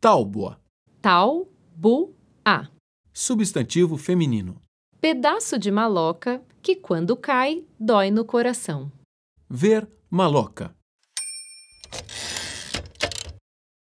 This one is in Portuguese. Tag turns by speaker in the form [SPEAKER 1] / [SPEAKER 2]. [SPEAKER 1] Tábua,
[SPEAKER 2] Tal, bu, a.
[SPEAKER 1] substantivo feminino.
[SPEAKER 2] Pedaço de maloca que, quando cai, dói no coração.
[SPEAKER 1] Ver maloca.